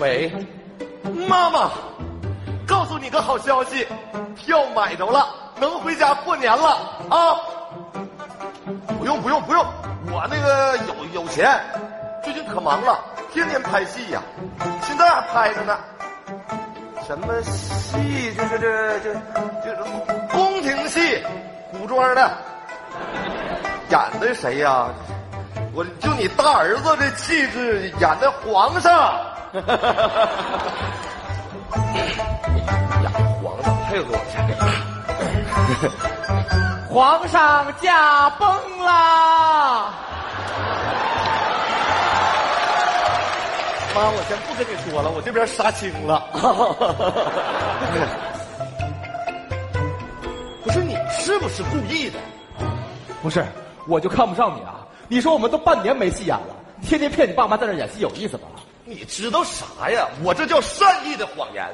喂，妈妈，告诉你个好消息，票买着了，能回家过年了啊！不用不用不用，我那个有有钱，最近可忙了，天天拍戏呀、现在还拍着呢。什么戏？这这这这这宫廷戏，古装的，演的谁呀、我就你大儿子这气质，演的皇上，演皇上配合我一下。皇上驾崩啦！妈，我先不跟你说了，我这边杀青了。不是你是不是故意的？不是，我就看不上你啊！你说我们都半年没戏演了，天天骗你爸妈在那演戏，有意思吗？你知道啥呀？我这叫善意的谎言，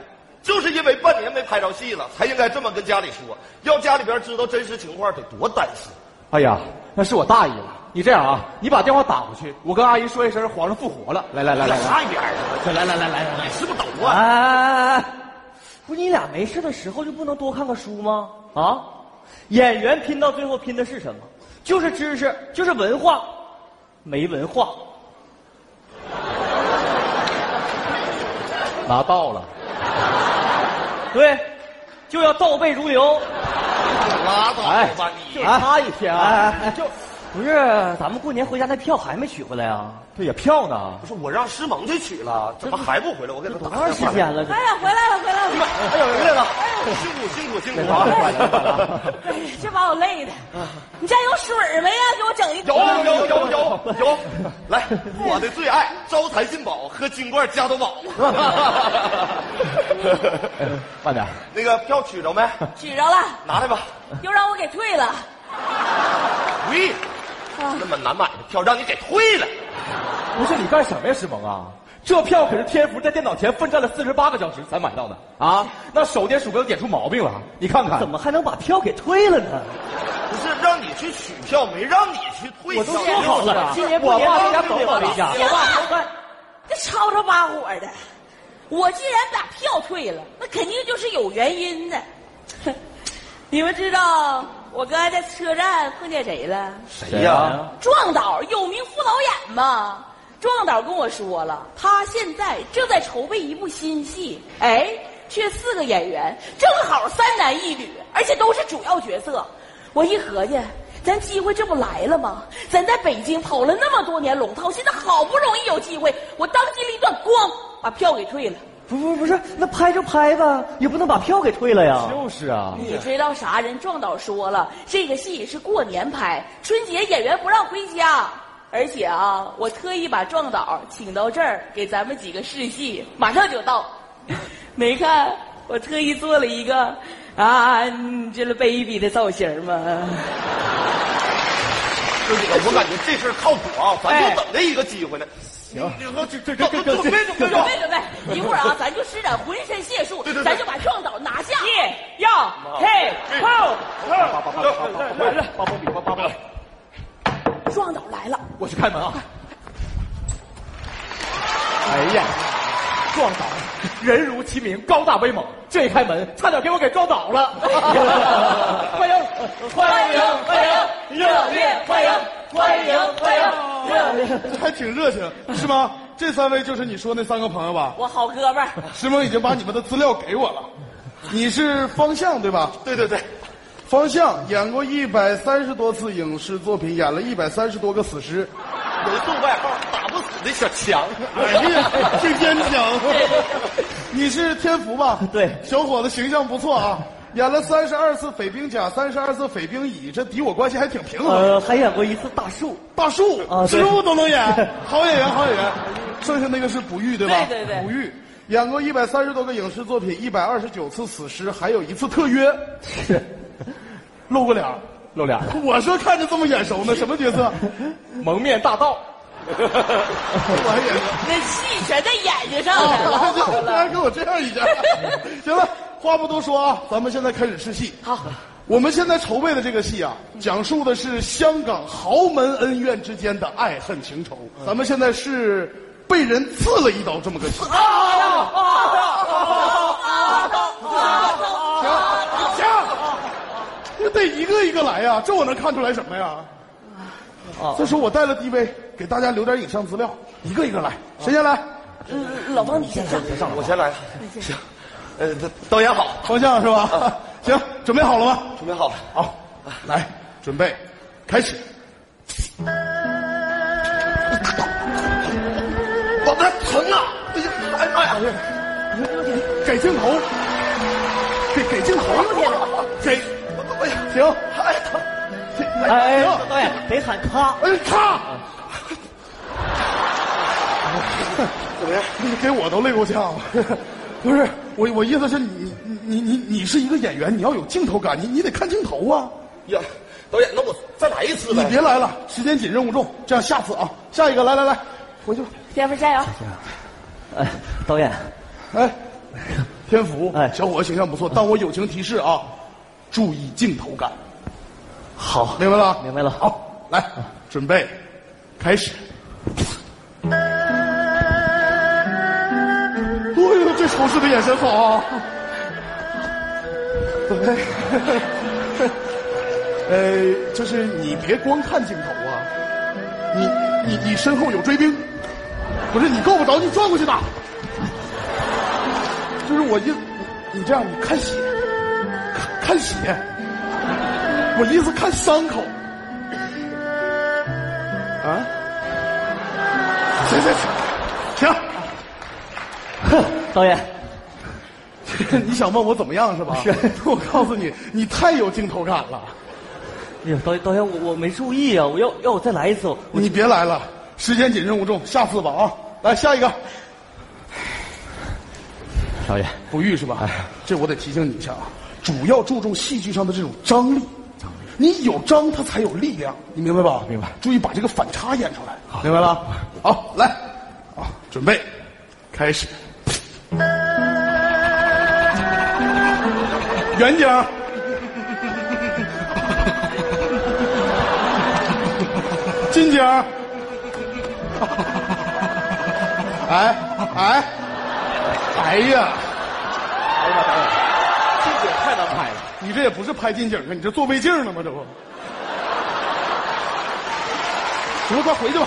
就是因为半年没拍着戏了，才应该这么跟家里说。要家里边知道真实情况，得多担心。哎呀，那是我大意了。你这样啊，你把电话打回去，我跟阿姨说一声，皇上复活了。来来来来来，啥眼儿来来来来来来啊？，是不是抖啊？啊，不是你俩没事的时候就不能多看看书吗？啊，演员拼到最后拼的是什么？就是知识，就是文化，没文化。拿到了。对，就要倒背如流。拉倒哎吧就你！是他一天哎啊哎哎，就不是咱们过年回家那票还没取回来啊？对呀，票呢不？是我让师萌去取了，怎么还不回来？我给他多打长时间？了？这哎呀，回来了，回来了！哎呦，回来了！辛苦辛苦辛苦啊！哎呀，这把我累的。你家有水儿没呀？给我整一有桶。有有有有，来，我的最爱招财进宝，喝金罐加多宝。 哎慢点，那个票取着没？取着了，拿来吧。又让我给退了。喂，那么难买的票让你给退了，不是你干什么呀，师萌啊？这票可是天福在电脑前奋战了四十八个小时才买到的啊！那手电鼠标点出毛病了，你看看怎。么还能把票给退了呢？不是让你去取票，没让你去退票。我都说好了，今年过我年爸回家都走没我往回里啊家。加行我爸了，这吵吵巴火的，我既然把票退了，那肯定就是有原因的。 你们知道我刚才在车站碰见谁了？谁呀？壮导有名副导演嘛。壮导跟我说了，他现在正在筹备一部新戏，哎，缺四个演员，正好三男一女，而且都是主要角色。我一合计，咱机会这不来了吗？咱在北京跑了那么多年龙套，现在好不容易有机会，我当机立断，咣把票给退了。不不不是，那拍就拍吧，也不能把票给退了呀。就是啊，你知道啥？人壮导说了，这个戏是过年拍，春节演员不让回家。而且啊，我特意把壮导请到这儿给咱们几个试戏，马上就到。 没看我特意做了一个啊，你这了 baby 的造型吗？师姐，我感觉这事儿靠谱啊，咱就等着一个机会呢。行，你说这这这这这这准这备准备，一会儿啊，咱就施展浑身解数对对，对咱就把壮导拿下。要嘿炮，八宝米，八八宝米，壮导来了，我去开门啊！哎呀，撞倒，人如其名，高大威猛。这一开门，差点给我给撞倒了。欢迎，欢迎，欢迎，热烈欢迎，欢迎，欢迎，热烈。还挺热情，是吗？这三位就是你说那三个朋友吧？我好哥们儿。石萌已经把你们的资料给我了。你是方向对吧？对对对，方向演过一百三十多次影视作品，演了一百三十多个死尸。有送外号“打不死的小强哎呀，这坚强！你是天福吧？对小伙子形象不错啊，演了三十二次匪兵甲，三十二次匪兵乙，这敌我关系还挺平衡。呃，还演过一次大树，大树啊对植物都能 演，好演员，好演员。剩下那个是不遇，对吧？对对对不遇演过一百三十多个影视作品，一百二十九次死尸，还有一次特约，露过脸儿。露脸了，我说看着这么眼熟呢，什么 角色？蒙面大盗。我还眼熟。那戏全在眼睛上了，居然给我这样一下。行了，话不多说啊，咱们现在开始试戏。好，我们现在筹备的这个戏啊，讲述的是香港豪门恩怨之间的爱恨情仇。咱们现在是被人刺了一刀这么个戏。行行，这得一个一个来呀，这我能看出来什么呀？再说我带了 DV，给大家留点影像资料，一个一个来，谁先来？嗯老王，你先上。我先来。行，呃，导演好，方向是吧？ 行，准备好了吗？准备好了。好，来，准备，开始。 我这疼啊！哎呀，哎妈呀！给镜头，给给镜头，给，哎呀，行，哎疼！哎，哎导演得喊咔，哎，咔，怎么样？给我都累够呛了。不是我，我意思是你，你，你，你是一个演员，你要有镜头感，你你得看镜头啊！呀，导演，那我再来一次你别来了，时间紧，任务重。这样下次啊，下一个来来来，回去吧。天赋加油！哎，导演，哎，天福，哎小伙子形象不错，但我友情提示啊，注意镜头感，好，明白了？明白了好，来，准备，开始。哎呦，这厨师的眼神好啊！哎对，呃，就是你别光看镜头啊，你你你身后有追兵，不是你够不着，你转过去打。就是我一，你这样你看血，看看血，我意思看伤口。啊？行行行，导演，行， 你想问我怎么样是吧？是 我告诉你，你太有镜头感了，哎呀，导演，导演，我我没注意啊，我要要我再来一次，我你别来了，时间紧任务重，下次吧啊！来下一个，导演，不育是吧？哎这我得提醒你一下啊，主要注重戏剧上的这种张力。你有张，它才有力量，你明白吧？明白注意把这个反差演出来，明白了？好，来，啊，准备，开始。远景儿，近景儿，哎哎，哎呀！这景太难拍了，你这也不是拍近景啊，你这做胃镜呢吗？这不，行了，快回去吧。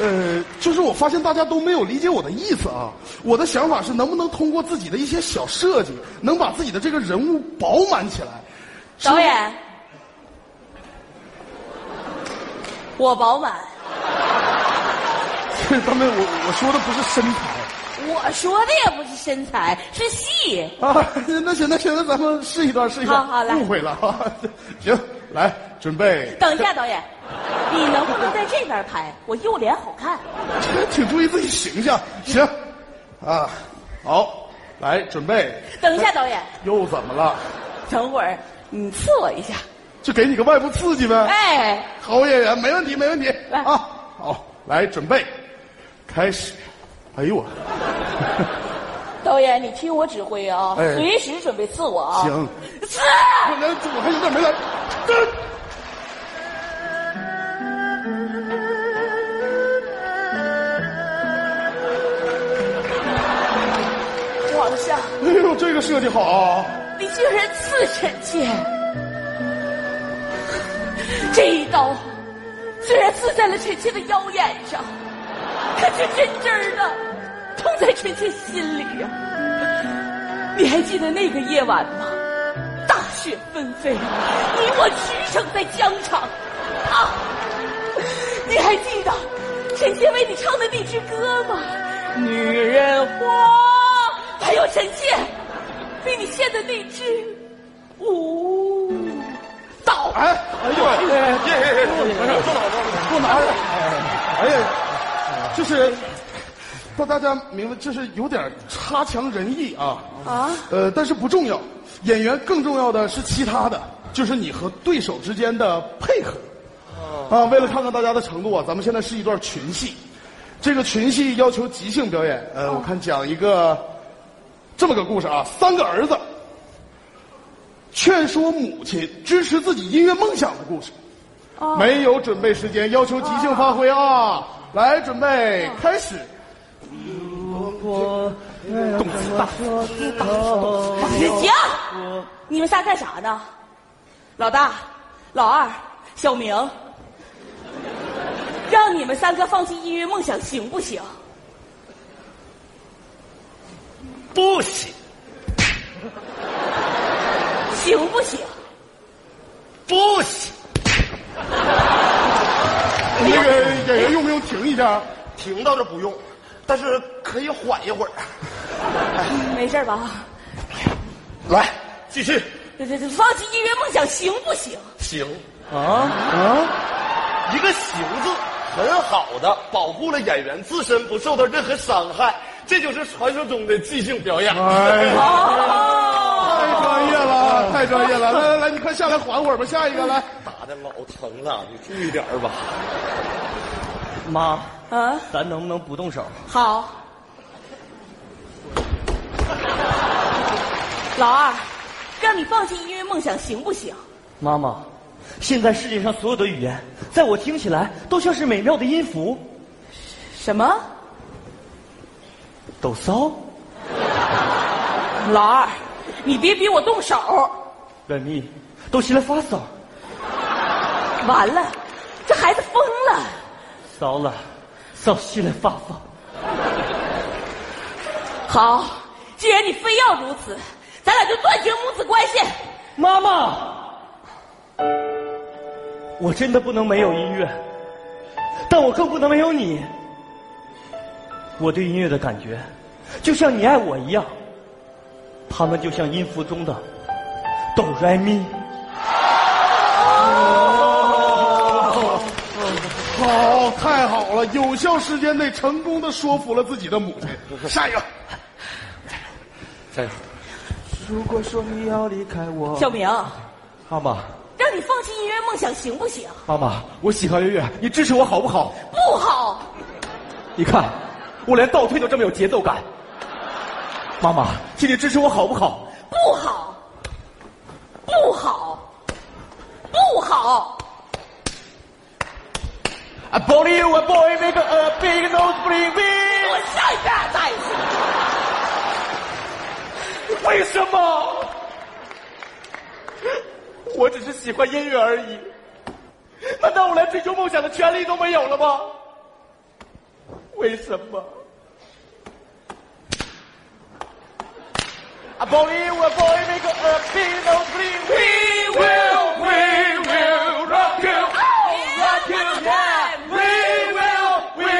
呃，就是我发现大家都没有理解我的意思啊。我的想法是，能不能通过自己的一些小设计，能把自己的这个人物饱满起来？导演，我饱满。是， 他们我我说的不是身材我说的也不是身材，是戏。啊。那行，那行，那咱们试一段，试一段。好好来误会了啊。 行，来，准备，等一下，导演，你能不能在这边拍？我右脸好看。 请注意自己形象。行，啊，好，来准备。等一下，导演，又怎么了？等会儿你刺我一下。就给你个外部刺激呗。哎，好演员，没问题，没问题来啊！好，来准备，开始。哎呦我，导演，你听我指挥啊，哎随时准备刺我啊。行，刺！我那我啊还有点没来。皇上，哎呦，这个设计好啊！你居然刺臣妾！这一刀虽然刺在了臣妾的腰眼上，可是真真的痛在臣妾心里呀、你还记得那个夜晚吗？大雪纷飞，你我驰骋在疆场啊！你还记得臣妾为你唱的那支歌吗？女人花，还有臣妾为你献的那支舞蹈。哎，哎呦，给我拿着。哎呀，就是，让大家明白，就是有点差强人意啊。啊！呃，但是不重要，演员更重要的是其他的，就是你和对手之间的配合。啊，为了看看大家的程度啊，咱们现在是一段群戏，这个群戏要求即兴表演。呃，我看讲一个这么个故事啊，三个儿子劝说母亲支持自己音乐梦想的故事。哦没有准备时间，要求即兴发挥啊！来，准备开始。行，哎你们仨干啥呢？老大、老二、小明，让你们三个放弃音乐梦想行不行？不行，行不行？不行，那个演员用不用停一下？停到这不用，但是可以缓一会儿。没事吧？来，继续。对对对，放弃音乐梦想行不行？行，啊，一个“行”字，很好的保护了演员自身不受到任何伤害，这就是传说中的即兴表演。哎呀，哦，太专业了，太专业了！来来来，你快下来缓会儿吧，下一个来。 打的老疼了，你注意点儿吧。妈，啊，咱能不能不动手？好。老二，让你放弃音乐梦想行不行？妈妈，现在世界上所有的语言，在我听起来都像是美妙的音符，什么？抖骚。老二，你别逼我动手。软蜜，都起来发骚，完了，这孩子疯了。骚了，骚起来发发。好，既然你非要如此，咱俩就断绝母子关系。妈妈，我真的不能没有音乐，但我更不能没有你。我对音乐的感觉，就像你爱我一样，他们就像音符中的哆来咪。好，太好了！有效时间内成功的说服了自己的母亲。下一个，如果说你要离开我小明，妈妈，让你放弃音乐梦想行不行？妈妈，我喜欢音乐，你支持我好不好？不好，你看，我连倒退都这么有节奏感。妈妈，请你支持我好不好？不好，不好，不好。 I bought you a boy, make a big nose, 给 bring me。我下一遍，再一次。为什么？我只是喜欢音乐而已，难道我连追求梦想的权利都没有了吗？为什么？I believe we boy make a big no believe we will we will rock you rock you yeah we will we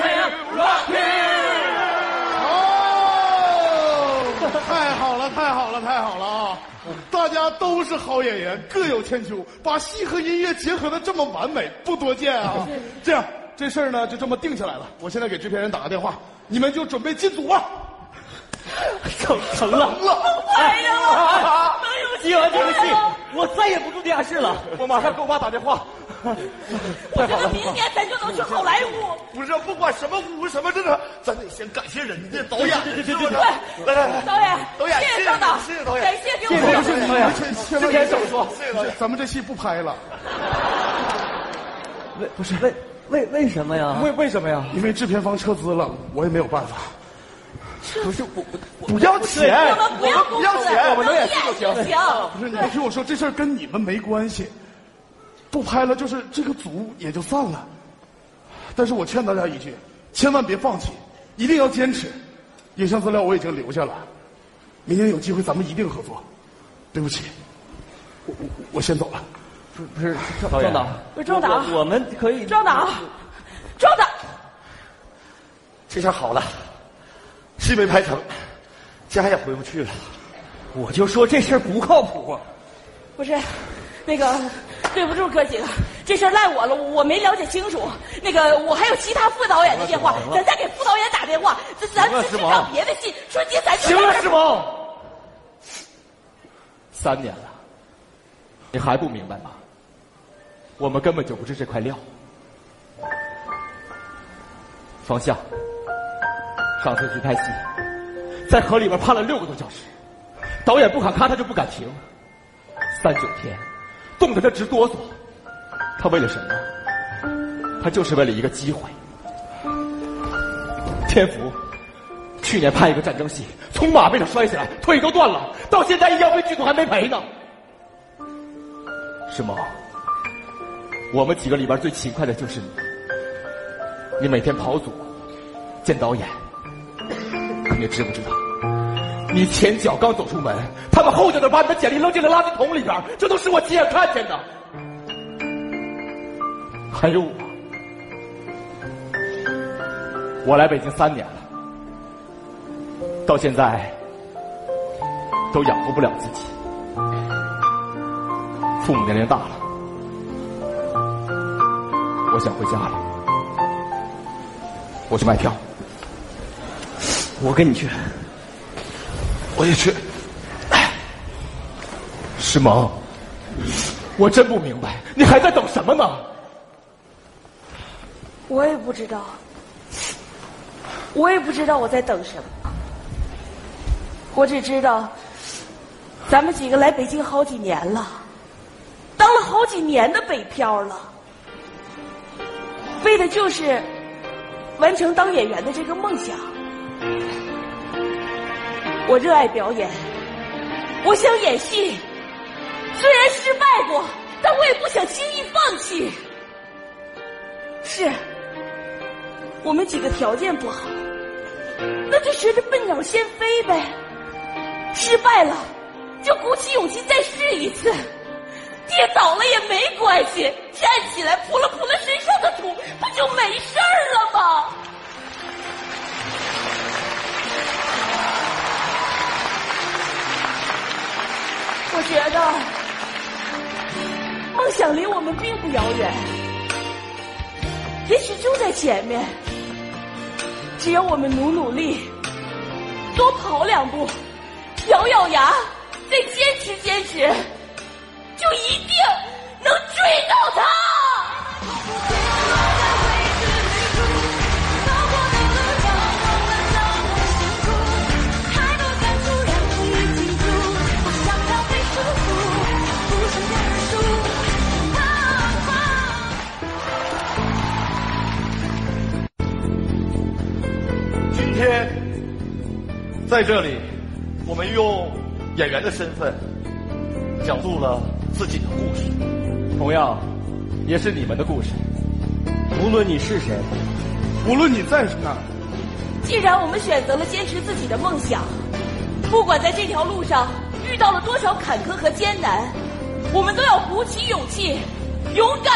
will rock you。哦，太好了，太好了，太好了啊！大家都是好演员，各有千秋，把戏和音乐结合的这么完美，不多见啊！这样，这事儿呢就这么定下来了。我现在给制片人打个电话，你们就准备进组啊吧。成成了，哎呀，能有今晚这个戏戏吗，我再也不住地下室了。我马上给我妈打电话。我觉得明年咱就能去好莱坞。不是，不管什么屋什么这个，咱得先感谢人家导演，是不是？来来来，导演，导演，谢谢谢张导，谢谢导演，感谢谢给我谢们谢谢导演千万今别天怎么说？谢谢导演。咱们这戏不拍了，为不是为为为什么呀？为为什么呀？因为制片方撤资了，我也没有办法。不是我，不要钱我们不要工资，我们能演戏就行。行。不是，你们听我说，这事儿跟你们没关系。不拍了，就是这个组也就散了。但是我劝大家一句，千万别放弃，一定要坚持。影像资料我已经留下了，明年有机会咱们一定合作。对不起，我我我先走了。不是壮壮导，不是壮啊导我我们可以壮导，壮导，这下好了，戏没拍成，家也回不去了。我就说这事儿不靠谱啊。不是，那个，对不住哥几个，这事儿赖我了，我没了解清楚。那个，我还有其他副导演的电话，咱再给副导演打电话，咱咱们去找别的戏，春节咱就行了，师萌，三年了，你还不明白吗？我们根本就不是这块料。方向，上次去拍戏，在河里边趴了六个多小时，导演不喊咔，他就不敢停，三九天，冻得他直哆嗦。他为了什么？他就是为了一个机会。天福，去年拍一个战争戏，从马背上摔下来，腿都断了，到现在医药费剧组还没赔呢。是吗？我们几个里边最勤快的就是你，你每天跑组，见导演，可你知不知道？你前脚刚走出门，他们后脚就把你的简历扔进了垃圾桶里边，这都是我亲眼看见的。还有我，我来北京三年了，到现在都养活不了自己，父母年龄大了，我想回家了，我去卖票。我跟你去。我也去。师萌，我真不明白，你还在等什么呢？我也不知道，我也不知道我在等什么。我只知道，咱们几个来北京好几年了，当了好几年的北漂了，为的就是完成当演员的这个梦想。我热爱表演，我想演戏，虽然失败过，但我也不想轻易放弃。是，我们几个条件不好，那就学着笨鸟先飞呗。失败了，就鼓起勇气再试一次。跌倒了也没关系，站起来扑了扑了身上的土，不就没事儿了吗？我觉得，梦想离我们并不遥远。也许就在前面。只要我们努努力，多跑两步，咬咬牙，再坚持坚持，就一定能追到他。今天在这里，我们用演员的身份讲述了自己的故事，同样也是你们的故事。无论你是谁，无论你在哪儿，既然我们选择了坚持自己的梦想，不管在这条路上遇到了多少坎坷和艰难，我们都要鼓起勇气，勇敢